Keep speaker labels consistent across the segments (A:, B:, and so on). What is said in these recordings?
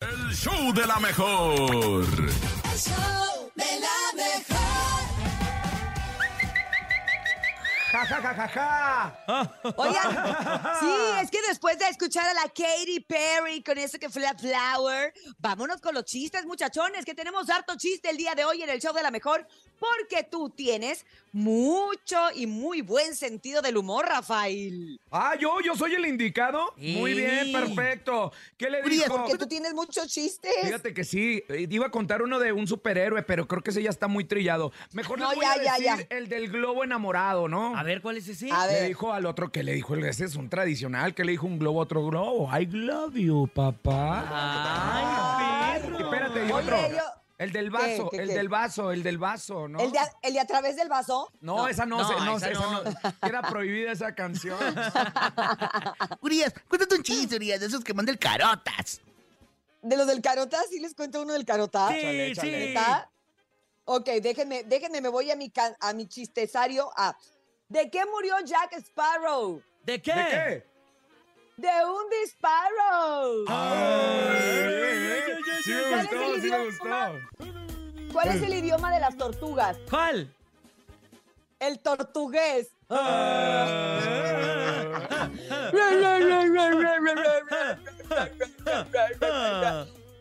A: El show de la mejor.
B: El show de la mejor.
C: Ja, ja, ja, ja, ja.
B: Oigan, sí, es que después de escuchar a la Katy Perry con eso que fue la Flower, vámonos con los chistes, muchachones, que tenemos harto chiste el día de hoy en el show de la mejor, porque tú tienes mucho y muy buen sentido del humor, Rafael.
C: Ah, yo, yo soy el indicado. Muy bien,
D: Sí.
C: perfecto. ¿Qué le
B: Uri, es
C: dijo?
B: porque tú tienes muchos chistes.
C: Fíjate que sí, eh, iba a contar uno de un superhéroe, pero creo que ese ya está muy trillado. Mejor
B: No,
C: le voy
B: ya,
C: a
B: ya,
C: decir
B: ya.
C: el del globo enamorado, ¿no?
D: A ver, ¿cuál es ese?
B: A
C: Le
B: ver,
C: dijo al otro que le dijo, el- ese es un tradicional, que le dijo un globo a otro globo. I love you, papá. Ah,
D: Ay, perro.
C: Espérate, y
B: Oye,
C: otro.
B: yo-
C: El del vaso,
B: ¿Qué, qué,
C: el
B: qué?
C: del vaso, el del vaso, ¿no?
B: ¿El, de a, el de a través del vaso.
C: No, esa no,
D: no,
C: se- no,
D: esa
C: esa
D: no.
C: no. Era prohibida esa canción.
E: Urias, cuéntate un chiste, Urias, de esos que manda el carotas.
B: De los del carota, sí les cuento uno del carota.
D: Sí, sí.
B: ¿Está? Ok, déjenme, déjenme, me voy a mi, can- a mi chistesario. A. ¿De qué murió Jack Sparrow?
D: ¿De qué?
C: ¿De qué?
B: De un disparo.
C: Sí
B: ¿Cuál
C: me
B: es
C: gustó,
B: el
C: sí me
B: idioma?
C: gustó.
B: ¿Cuál es el idioma de las tortugas?
D: ¿Cuál?
B: El tortugués.
C: Ah.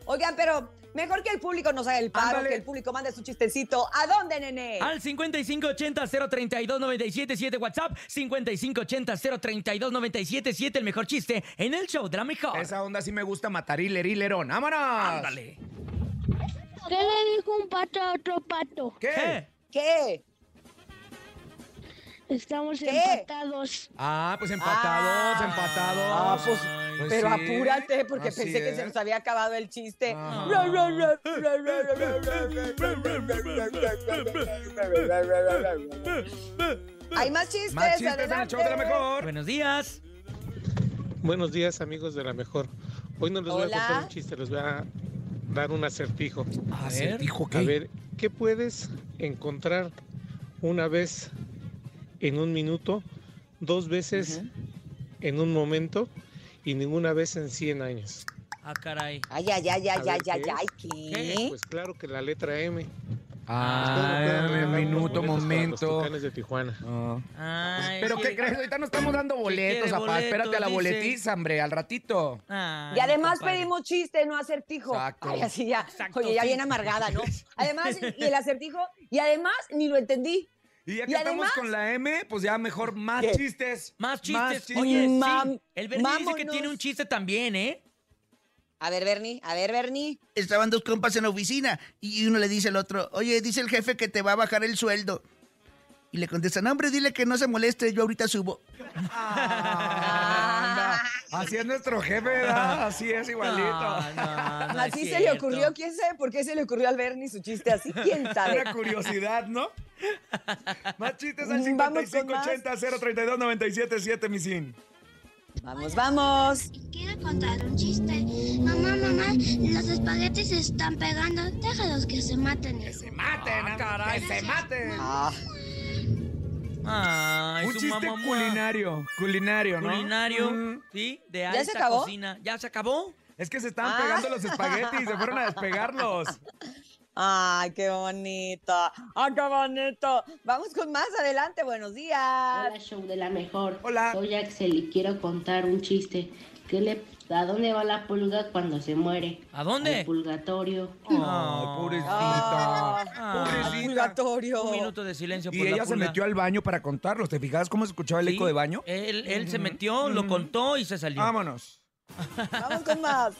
B: Oigan, pero mejor que el público nos haga el paro,
C: Ándale.
B: que el público mande su chistecito. ¿A dónde, nene?
D: Al 5580-032-977 WhatsApp, 5580-032-977, el mejor chiste en el show de la mejor.
C: Esa onda sí me gusta matar y lerón. ¡Vámonos!
D: Ándale.
F: ¿Qué le dijo un pato a otro pato?
C: ¿Qué?
D: ¿Qué?
B: ¿Qué?
F: Estamos
B: ¿Qué?
F: empatados.
C: Ah, pues empatados,
B: Ah.
C: empatados.
B: Ah, pues,
C: Ay,
B: pero
C: sí.
B: apúrate, porque
C: Así
B: pensé que
C: es.
B: se nos había acabado el chiste.
C: Ajá.
B: Hay más chistes,
C: Más chistes en el
B: adelante.
C: show de la mejor.
D: Buenos días.
G: Buenos días amigos de la mejor. Hoy no les voy a
B: Hola.
G: contar un chiste, les voy a dar un acertijo.
C: Ah, sí,
D: ver.
C: dijo
G: A
C: que.
G: ver, ¿qué puedes encontrar una vez en un minuto, dos veces en un momento y ninguna vez en 100 años?
D: Ah, caray.
B: Ay, ay, ay, ay,
G: A
B: ay,
G: ver,
B: ay,
G: ¿qué
B: ay, ¿qué?
G: Pues claro que la letra M.
C: Ah,
G: Ustedes me pueden dar
C: minuto,
G: unos boletos para los
C: momento.
G: Tucanes de Tijuana.
C: Ah.
D: Ay,
C: Pero qué crees, ahorita no estamos dando boletos,
D: quiere
C: apá. Espérate a la
D: boletos, dice?
C: boletiza, hombre, al ratito.
D: Ay,
B: Y además
D: compadre.
B: pedimos chiste, no acertijo.
C: Exacto.
B: Ay, así ya.
D: Exacto,
B: Oye, ya
D: sí.
B: bien amargada, ¿no? Además, y el acertijo, y además ni lo entendí.
C: Y ya
B: Y
C: que estamos
B: además-
C: con la M, pues ya mejor más
B: ¿Qué?
C: chistes.
D: Más chistes.
B: chistes.
D: Oye, sí,
B: Mam-
D: El Bernie dice que
B: vámonos.
D: tiene un chiste también, ¿eh?
B: A ver, Bernie, a ver, Bernie.
E: Estaban dos compas en la oficina y uno le dice al otro, oye, dice el jefe que te va a bajar el sueldo. Y le contesta, no, hombre, dile que no se moleste, yo ahorita subo.
C: Ah, anda. Así es nuestro jefe, ¿verdad? Así es igualito.
D: No, Ah, no, no es
B: así se le
D: cierto.
B: ocurrió, quién sabe por qué se le ocurrió al Bernie su chiste así, quién sabe.
C: Una curiosidad, ¿no? Más chistes al
B: Mm, vamos con
C: 5580 032 977 mi sin.
B: Vamos, vamos.
F: Quiero contar un chiste. Mamá, mamá, los espaguetis se están pegando. Déjalos que se maten.
C: se maten, ah, caray, se maten.
B: Ah,
D: Ay,
C: Un
D: su
C: chiste
D: mamamua.
C: culinario, culinario, ¿no?
D: Culinario,
C: Mm.
D: ¿sí? De
B: se
D: alta
B: acabó?
D: cocina. ¿Ya se acabó?
C: Es que se estaban
B: Ah.
C: pegando los espaguetis, se fueron a despegarlos.
B: ay, qué bonito. Ay, qué bonito. Vamos con más adelante, buenos días.
H: Hola, show de la mejor.
C: Hola.
H: Soy Axel y quiero contar un chiste. ¿Qué le, ¿A dónde va la pulga cuando se muere?
D: ¿A dónde?
H: Al pulgatorio.
C: Ay,
D: Oh.
C: pobrecita.
D: Ah,
C: pobrecita.
B: Purgatorio.
D: Un minuto de silencio por
C: Y
D: la
C: ella se
D: pulga.
C: metió al baño para contarlos. ¿Te fijas cómo se escuchaba el
D: Sí, Eh,
C: eco de baño? Ah,
D: Él, él se metió, lo contó y se salió.
C: Vámonos.
B: Vamos con más.